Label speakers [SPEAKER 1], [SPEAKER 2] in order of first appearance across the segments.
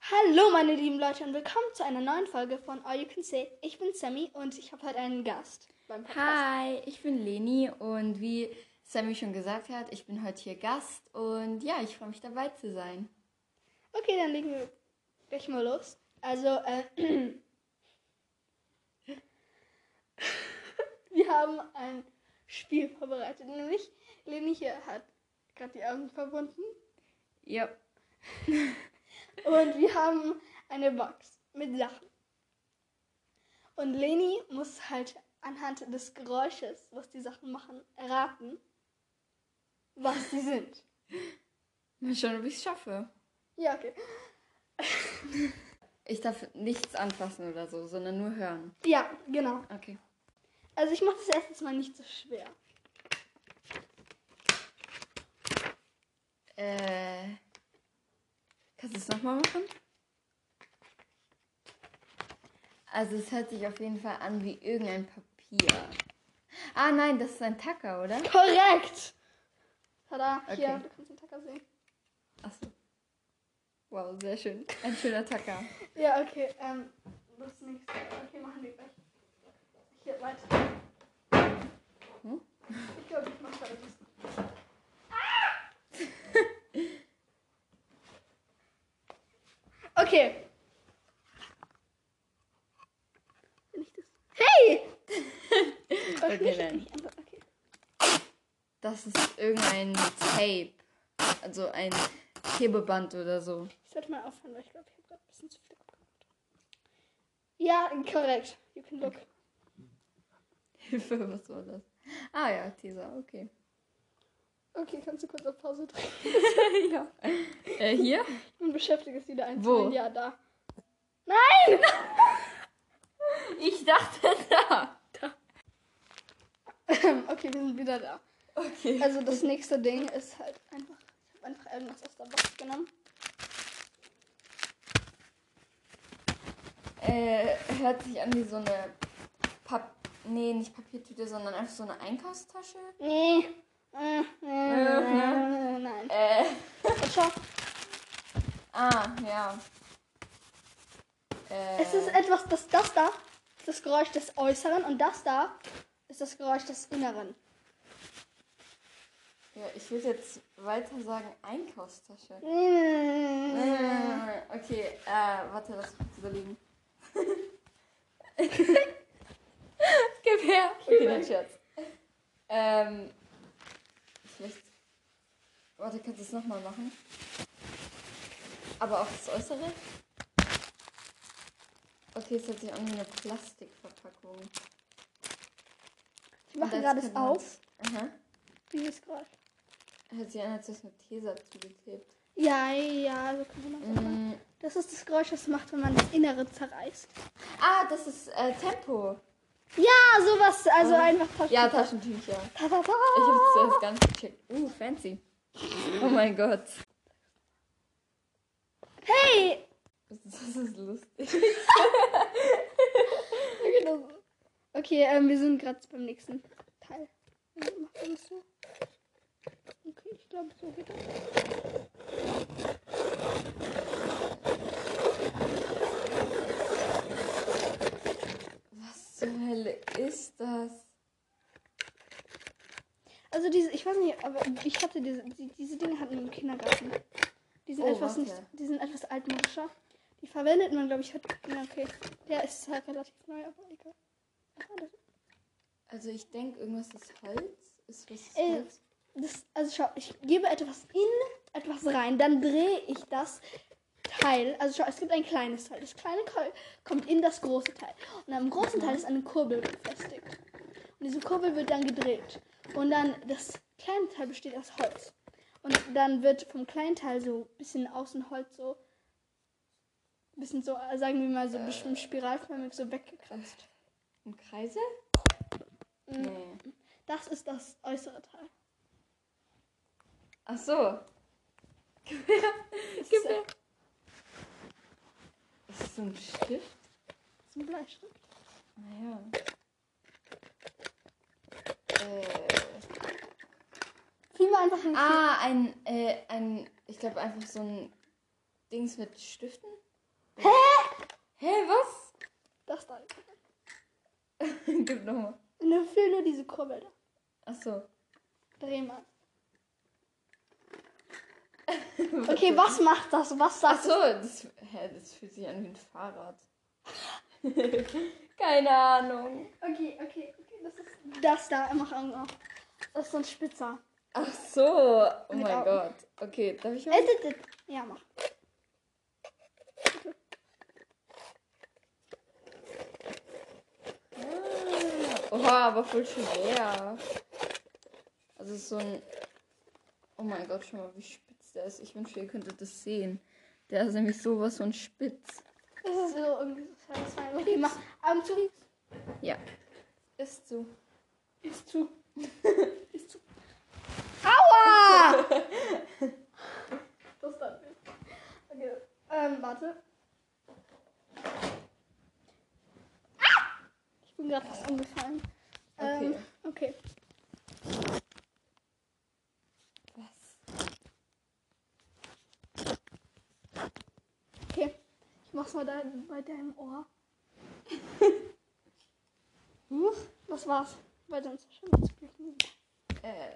[SPEAKER 1] Hallo meine lieben Leute und willkommen zu einer neuen Folge von All You Can Say. Ich bin Sammy und ich habe heute einen Gast beim Podcast.
[SPEAKER 2] Hi, ich bin Leni und wie Sammy schon gesagt hat, ich bin heute hier Gast und ja, ich freue mich dabei zu sein.
[SPEAKER 1] Okay, dann legen wir gleich mal los. Also, äh, wir haben ein Spiel vorbereitet, nämlich Leni hier hat gerade die Augen verbunden
[SPEAKER 2] Ja.
[SPEAKER 1] und wir haben eine Box mit Sachen. Und Leni muss halt anhand des Geräusches, was die Sachen machen, erraten, was sie sind.
[SPEAKER 2] Mal schauen, ob ich es schaffe.
[SPEAKER 1] Ja, okay.
[SPEAKER 2] Ich darf nichts anfassen oder so, sondern nur hören.
[SPEAKER 1] Ja, genau.
[SPEAKER 2] Okay.
[SPEAKER 1] Also ich mache das erstens mal nicht so schwer.
[SPEAKER 2] Äh. Kannst du es nochmal machen? Also, es hört sich auf jeden Fall an wie irgendein Papier. Ah, nein, das ist ein Tacker, oder?
[SPEAKER 1] Korrekt! Tada, hier,
[SPEAKER 2] Okay.
[SPEAKER 1] du kannst den Tacker sehen.
[SPEAKER 2] Achso. Wow, sehr schön. Ein schöner Tacker.
[SPEAKER 1] Ja, okay, ähm, das nächste. Okay, machen wir gleich. Hier, weiter.
[SPEAKER 2] Hm?
[SPEAKER 1] Ich glaube, ich mache das. Ah! okay. Wenn ich das... Hey!
[SPEAKER 2] Okay,
[SPEAKER 1] Öffne ich
[SPEAKER 2] nein.
[SPEAKER 1] nicht einfach- Okay.
[SPEAKER 2] Das ist irgendein Tape. Also ein Klebeband oder so.
[SPEAKER 1] Ich sollte mal aufhören, weil ich glaube, ich habe gerade ein bisschen zu viel abgemacht. Ja, korrekt. You can look.
[SPEAKER 2] Hilfe, was war das? Ah ja, Tesa, okay.
[SPEAKER 1] Okay, kannst du kurz auf Pause drücken?
[SPEAKER 2] ja. Äh, hier?
[SPEAKER 1] Und beschäftige es wieder
[SPEAKER 2] Wo?
[SPEAKER 1] einzeln. Ja, da.
[SPEAKER 2] Ich dachte da.
[SPEAKER 1] okay, wir sind wieder da.
[SPEAKER 2] Okay.
[SPEAKER 1] Also das nächste Ding ist halt einfach. Ich habe einfach irgendwas aus der Box genommen.
[SPEAKER 2] Äh, hört sich an wie so eine Pap... Nee, nicht Papiertüte, sondern einfach so eine Einkaufstasche.
[SPEAKER 1] Nee. Äh, ne? nee, nein.
[SPEAKER 2] Äh.
[SPEAKER 1] Und Schau,
[SPEAKER 2] Ah, ja. Äh,
[SPEAKER 1] es ist etwas, das, das da ist das Geräusch des Äußeren und das da ist das Geräusch des Inneren.
[SPEAKER 2] ja, ich würde jetzt weiter sagen Einkaufstasche. Äh, Okay, äh, warte, lass mich kurz überlegen. Gib her. Okay,
[SPEAKER 1] her.
[SPEAKER 2] nein, Scherz. Ähm, vielleicht. Warte, kannst du es nochmal machen? Aber auch das Äußere? Okay, es hört sich an wie eine Plastikverpackung.
[SPEAKER 1] Ich mache
[SPEAKER 2] Und
[SPEAKER 1] gerade
[SPEAKER 2] könnte
[SPEAKER 1] es
[SPEAKER 2] man-
[SPEAKER 1] auf.
[SPEAKER 2] Aha.
[SPEAKER 1] Dieses Geräusch.
[SPEAKER 2] Hört sich an, als wäre es mit Tesa zugeklebt.
[SPEAKER 1] Ja, ja, so können wir das machen.
[SPEAKER 2] Mm.
[SPEAKER 1] Das ist das Geräusch, das macht, wenn man das Innere zerreißt.
[SPEAKER 2] Ah, das ist äh, Tempo.
[SPEAKER 1] Ja, sowas, also
[SPEAKER 2] Aha.
[SPEAKER 1] einfach Taschen.
[SPEAKER 2] Ja, Taschentücher.
[SPEAKER 1] Ta -ta -ta.
[SPEAKER 2] Ich hab's zuerst ganz gecheckt. Uh, fancy. Oh mein Gott.
[SPEAKER 1] Hey!
[SPEAKER 2] Das ist, das ist lustig.
[SPEAKER 1] Okay, ähm, wir sind gerade beim nächsten Teil. Also, Mach mal das so. Okay, ich glaube, so geht das.
[SPEAKER 2] Was zur Hölle ist das?
[SPEAKER 1] Also diese, ich weiß nicht, aber ich hatte diese, die, diese Dinge hatten wir im Kindergarten. Die sind
[SPEAKER 2] Oh,
[SPEAKER 1] etwas
[SPEAKER 2] warte.
[SPEAKER 1] nicht, die sind etwas altmodischer. Die verwendet man, glaube ich, hat. Ja, okay. Der ist halt relativ neu, aber egal. Ach, das
[SPEAKER 2] Also ich denke, irgendwas ist Holz. Ist was ist
[SPEAKER 1] Äh,
[SPEAKER 2] Holz?
[SPEAKER 1] Das, also schau, ich gebe etwas in etwas rein, dann drehe ich das Teil. Also schau, es gibt ein kleines Teil. Das kleine Teil kommt in das große Teil. Und am großen Teil ist eine Kurbel befestigt. Und diese Kurbel wird dann gedreht. Und dann das kleine Teil besteht aus Holz. Und dann wird vom kleinen Teil so ein bisschen Außenholz so, ein bisschen so, äh, sagen wir mal, so ein bisschen spiralförmig so weggekratzt.
[SPEAKER 2] Ein Kreisel?
[SPEAKER 1] Hm.
[SPEAKER 2] Nee.
[SPEAKER 1] Das ist das äußere Teil.
[SPEAKER 2] Ach so.
[SPEAKER 1] Das
[SPEAKER 2] Gib
[SPEAKER 1] ist,
[SPEAKER 2] her.
[SPEAKER 1] äh,
[SPEAKER 2] Ist das so ein Stift?
[SPEAKER 1] das ist ein Bleistift.
[SPEAKER 2] Naja. Äh,
[SPEAKER 1] Fiel mir einfach ein
[SPEAKER 2] ah, ein, äh, ein, ich glaube einfach so ein Dings mit Stiften. Hä, was?
[SPEAKER 1] Das da.
[SPEAKER 2] Gib nochmal.
[SPEAKER 1] Und dann fehlen nur diese Kurbel da.
[SPEAKER 2] Achso.
[SPEAKER 1] Dreh mal. Okay, was macht das? Was sagt
[SPEAKER 2] Achso, das, hä, das fühlt sich an wie ein Fahrrad. Keine Ahnung.
[SPEAKER 1] Okay, okay, okay. Das ist das da. Mach irgendwo. Das ist so ein Spitzer.
[SPEAKER 2] Ach so. Oh
[SPEAKER 1] Mit
[SPEAKER 2] mein
[SPEAKER 1] Augen.
[SPEAKER 2] Gott. Okay, darf ich mal?
[SPEAKER 1] Äh, dit, dit. Ja, mach.
[SPEAKER 2] Ah. Oha, aber voll schwer. Also es ist so ein. Oh mein Gott, schau mal, wie spitz der ist. Ich wünsche, ihr könntet das sehen. Der ist nämlich sowas von spitz.
[SPEAKER 1] Das ist so irgendwie so satisfying. Okay, mach. Augen zu.
[SPEAKER 2] Ja. Ist so.
[SPEAKER 1] Ist zu. ist zu. Aua! das dann. Okay. Ähm, warte. Ah! Ich bin gerade fast umgefallen. Ähm,
[SPEAKER 2] Okay.
[SPEAKER 1] okay.
[SPEAKER 2] Was?
[SPEAKER 1] Okay. Ich mach's mal da, bei deinem Ohr. Huch, das war's. Weil sonst schimmert
[SPEAKER 2] Äh,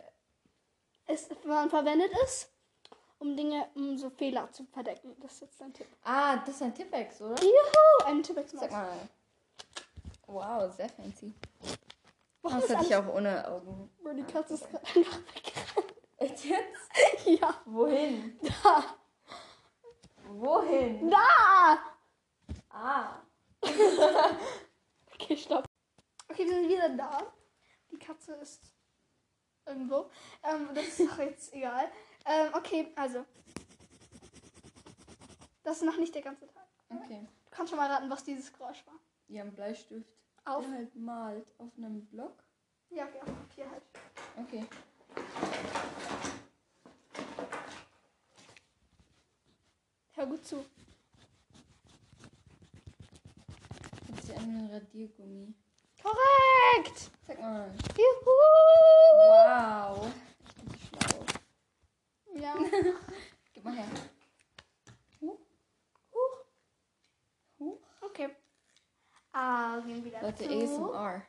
[SPEAKER 1] es. Man verwendet es, um Dinge, um so Fehler zu verdecken. Das ist jetzt dein Tipp.
[SPEAKER 2] ah, das ist ein Tippex, oder?
[SPEAKER 1] Juhu! Ein Tipp extra.
[SPEAKER 2] Sag mal. Wow, sehr fancy. Oh,
[SPEAKER 1] Warum
[SPEAKER 2] Das
[SPEAKER 1] ist
[SPEAKER 2] hatte ich
[SPEAKER 1] alles...
[SPEAKER 2] auch ohne Augen.
[SPEAKER 1] Bro, die Katze ist gerade einfach weggerannt.
[SPEAKER 2] Echt jetzt?
[SPEAKER 1] Ja.
[SPEAKER 2] Wohin?
[SPEAKER 1] Da!
[SPEAKER 2] Wohin?
[SPEAKER 1] Da!
[SPEAKER 2] Ah.
[SPEAKER 1] Okay, stopp. Okay, wir sind wieder da. Die Katze ist irgendwo. Ähm, das ist auch jetzt egal. Ähm, okay, also. Das ist noch nicht der ganze Tag.
[SPEAKER 2] Okay.
[SPEAKER 1] Du kannst schon mal raten, was dieses Geräusch war.
[SPEAKER 2] Die haben Bleistift.
[SPEAKER 1] Auf.
[SPEAKER 2] Der halt malt auf einem Block.
[SPEAKER 1] Ja, ja, Papier halt.
[SPEAKER 2] Okay.
[SPEAKER 1] Hör gut zu.
[SPEAKER 2] Hat sie einen Radiergummi.
[SPEAKER 1] Korrekt!
[SPEAKER 2] Sag mal.
[SPEAKER 1] Juhu!
[SPEAKER 2] Wow. Ich bin so schlau.
[SPEAKER 1] Ja.
[SPEAKER 2] Gib mal her. Huch.
[SPEAKER 1] Huch.
[SPEAKER 2] Huch.
[SPEAKER 1] Okay. Augen wieder
[SPEAKER 2] Leute, eh
[SPEAKER 1] zu.
[SPEAKER 2] ASMR.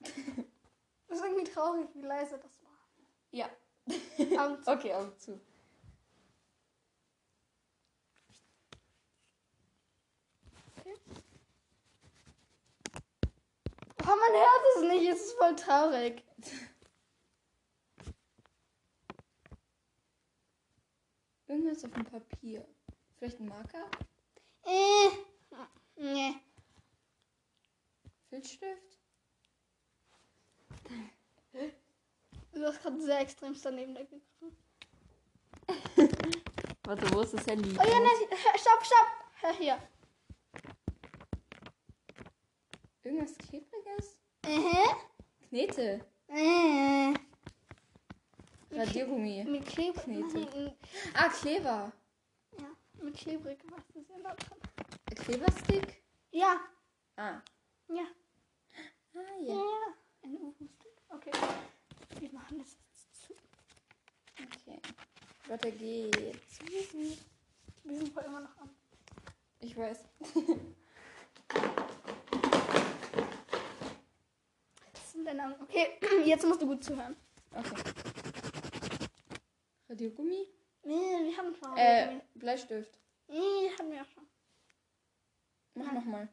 [SPEAKER 1] Das ist irgendwie traurig, wie leise das war.
[SPEAKER 2] Ja.
[SPEAKER 1] Augen zu.
[SPEAKER 2] Okay, Augen zu.
[SPEAKER 1] Oh, man hört es nicht, es ist voll traurig.
[SPEAKER 2] Irgendwas auf dem Papier. Vielleicht ein Marker?
[SPEAKER 1] Äh. Nee.
[SPEAKER 2] Filzstift?
[SPEAKER 1] Du hast gerade sehr extremst daneben gegriffen.
[SPEAKER 2] Warte, wo ist das Handy?
[SPEAKER 1] Oh ja, nein, hör- stopp, stopp. Hör hier.
[SPEAKER 2] Irgendwas Klebriges?
[SPEAKER 1] Mhm.
[SPEAKER 2] Knete.
[SPEAKER 1] Äh.
[SPEAKER 2] Radiergummi.
[SPEAKER 1] Mit klebrig.
[SPEAKER 2] Knete.
[SPEAKER 1] Nein,
[SPEAKER 2] Ah, Kleber.
[SPEAKER 1] ja, mit klebrig warst du sehr laut dran.
[SPEAKER 2] Kleberstick?
[SPEAKER 1] Ja,
[SPEAKER 2] Ah.
[SPEAKER 1] ja,
[SPEAKER 2] Ah,
[SPEAKER 1] ja,
[SPEAKER 2] ja.
[SPEAKER 1] ja. Ein Uhu-Stick. Okay. Wir machen das jetzt zu.
[SPEAKER 2] Okay. Weiter geht's.
[SPEAKER 1] Wir sind wohl immer noch am.
[SPEAKER 2] Ich weiß.
[SPEAKER 1] Das sind deine Augen. Okay, jetzt musst du gut zuhören.
[SPEAKER 2] Okay. Radiergummi?
[SPEAKER 1] Nee, wir haben schon.
[SPEAKER 2] Äh, Bleistift.
[SPEAKER 1] Nee, hatten wir auch schon.
[SPEAKER 2] Mach nochmal.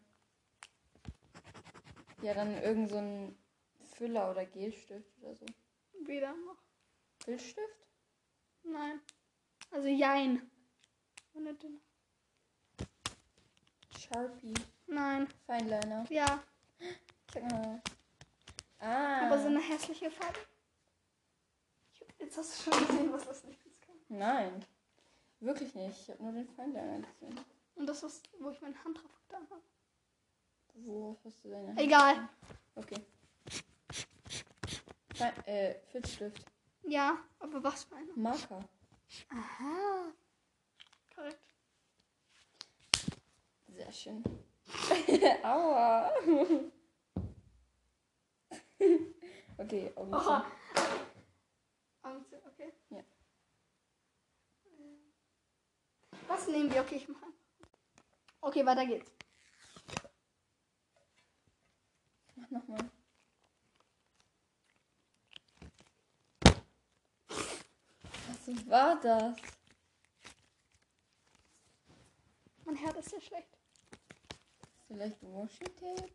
[SPEAKER 2] Ja, dann irgend so ein Füller oder Gelstift oder so.
[SPEAKER 1] Weder noch.
[SPEAKER 2] Filzstift?
[SPEAKER 1] Nein. Also jein. Ohne dünn.
[SPEAKER 2] Sharpie.
[SPEAKER 1] Nein.
[SPEAKER 2] Feinliner.
[SPEAKER 1] Ja.
[SPEAKER 2] Sag mal. Ah.
[SPEAKER 1] Aber so eine hässliche Farbe. Ich- Jetzt hast du schon gesehen, was das nicht ist.
[SPEAKER 2] Nein. Wirklich nicht. Ich habe nur den Feinliner gesehen.
[SPEAKER 1] Und das ist, wo ich meine Hand drauf getan habe.
[SPEAKER 2] Wo hast du deine Hand?
[SPEAKER 1] Egal.
[SPEAKER 2] Okay. Fein, äh, Filzstift.
[SPEAKER 1] Ja, aber was für eine?
[SPEAKER 2] Marker.
[SPEAKER 1] Aha. Korrekt.
[SPEAKER 2] Sehr schön. Aua. okay, Augen zu.
[SPEAKER 1] Augen zu, okay.
[SPEAKER 2] Ja.
[SPEAKER 1] Äh, Was nehmen wir? Okay, ich mach. an. Okay, weiter geht's.
[SPEAKER 2] Mach nochmal. Was war das?
[SPEAKER 1] Mein Herz ist ja schlecht.
[SPEAKER 2] Vielleicht Washi Tape?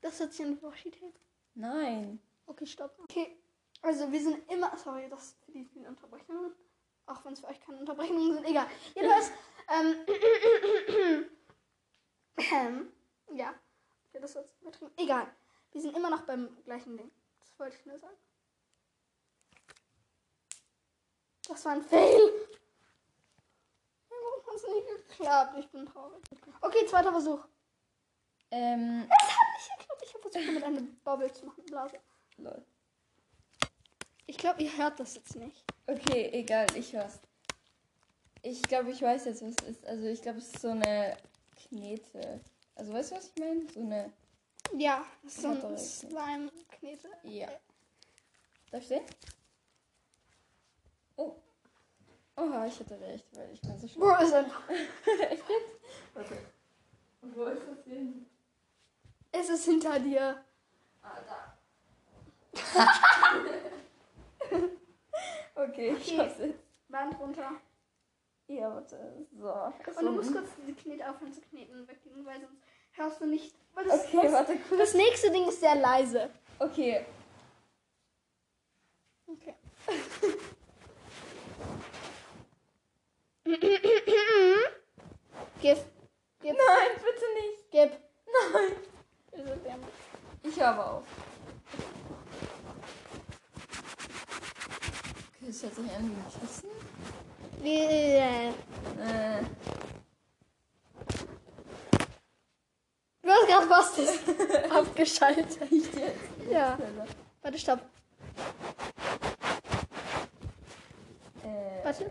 [SPEAKER 1] Das hat sich an Washi-Tape.
[SPEAKER 2] Nein.
[SPEAKER 1] Okay, stopp. Okay, also wir sind immer. Sorry, das für die vielen Unterbrechungen. Auch wenn es für euch keine Unterbrechungen sind, egal. Jedenfalls, ähm. ähm, ja. Okay, das wird's übertrieben. Egal. Wir sind immer noch beim gleichen Ding. Das wollte ich nur sagen. Das war ein Fail. Warum hat's nicht geklappt? Ich bin traurig. Okay, zweiter Versuch. Es
[SPEAKER 2] Ähm,
[SPEAKER 1] hat nicht geklappt. Ich habe versucht, damit eine Bubble zu machen. Blase.
[SPEAKER 2] lol.
[SPEAKER 1] Ich glaube, ihr hört das jetzt nicht.
[SPEAKER 2] Okay, egal, ich hör's. Ich glaube, ich weiß jetzt, was es ist. Also, ich glaube, es ist so eine Knete. Also, weißt du, was ich meine? So eine.
[SPEAKER 1] Ja, das ist so
[SPEAKER 2] Hat doch
[SPEAKER 1] ein
[SPEAKER 2] recht.
[SPEAKER 1] Slime-Knete.
[SPEAKER 2] Ja. Darf ich sehen? Oh. Oha, ich hatte recht, weil ich bin so schlau.
[SPEAKER 1] Wo ist er?
[SPEAKER 2] Echt jetzt? Warte. Und wo ist das hin?
[SPEAKER 1] Es ist hinter dir.
[SPEAKER 2] Ah, da. okay, ich
[SPEAKER 1] Okay.
[SPEAKER 2] hab's jetzt.
[SPEAKER 1] Band runter.
[SPEAKER 2] Ja, warte. So.
[SPEAKER 1] Und du musst kurz diese Knete aufhören zu kneten und weglegen, weil sonst hörst du nicht. Weil das,
[SPEAKER 2] Okay, warte
[SPEAKER 1] das, das nächste Ding ist sehr leise.
[SPEAKER 2] Okay.
[SPEAKER 1] Okay. gib. Gib.
[SPEAKER 2] Nein, bitte nicht.
[SPEAKER 1] Gib.
[SPEAKER 2] Nein.
[SPEAKER 1] Das ist dämlich.
[SPEAKER 2] Ich habe auf. Okay, das hört sich an wie ein Kissen.
[SPEAKER 1] Wie-
[SPEAKER 2] Äh,
[SPEAKER 1] Du hast gerade Bastis abgeschaltet.
[SPEAKER 2] ich jetzt.
[SPEAKER 1] Ja. Warte, stopp.
[SPEAKER 2] Äh,
[SPEAKER 1] Warte.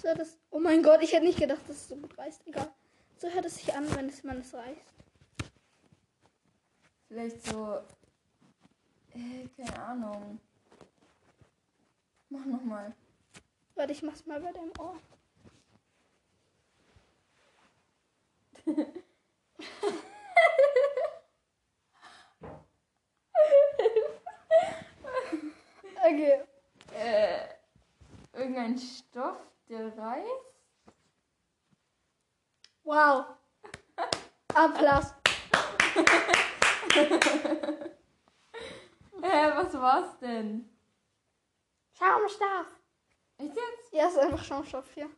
[SPEAKER 1] So hört es. Oh mein Gott, ich hätte nicht gedacht, dass es so gut reißt. Egal. So hört es sich an, wenn es man es reißt.
[SPEAKER 2] Vielleicht so. Äh, keine Ahnung. Mach nochmal.
[SPEAKER 1] Warte, ich mach's mal bei deinem Ohr. okay.
[SPEAKER 2] Äh, irgendein Stoff, der reißt.
[SPEAKER 1] Wow. Applaus.
[SPEAKER 2] Äh, was war's denn?
[SPEAKER 1] Schaumstoff.
[SPEAKER 2] Echt jetzt?
[SPEAKER 1] Ja, ist einfach Schaumstoff hier.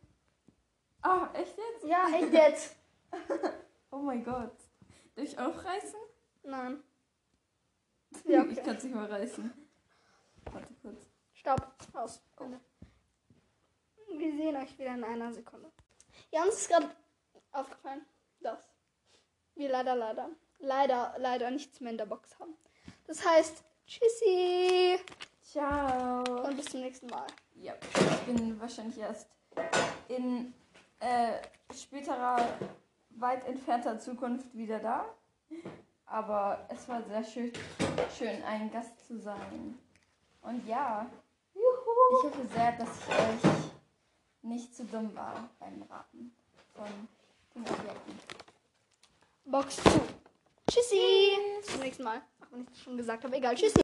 [SPEAKER 2] Ah, echt jetzt?
[SPEAKER 1] Ja, echt jetzt.
[SPEAKER 2] Oh mein Gott. Darf ich auch reißen?
[SPEAKER 1] Nein. Ja,
[SPEAKER 2] Ich
[SPEAKER 1] okay.
[SPEAKER 2] kann es nicht mal reißen. Warte kurz.
[SPEAKER 1] Stopp. Aus. Wir sehen euch wieder in einer Sekunde. Ja, uns ist gerade aufgefallen, dass wir leider, leider, leider, leider nichts mehr in der Box haben. Das heißt, tschüssi
[SPEAKER 2] Ciao.
[SPEAKER 1] und bis zum nächsten Mal.
[SPEAKER 2] Ja, ich bin wahrscheinlich erst in äh, späterer, weit entfernter Zukunft wieder da. Aber es war sehr schön, schön ein Gast zu sein. Und ja,
[SPEAKER 1] Juhu.
[SPEAKER 2] ich hoffe sehr, dass ich euch nicht zu dumm war beim Raten von den Objekten.
[SPEAKER 1] Box zu. Tschüssi. Bis zum nächsten Mal. Auch wenn ich das schon gesagt habe, egal. Tschüssi.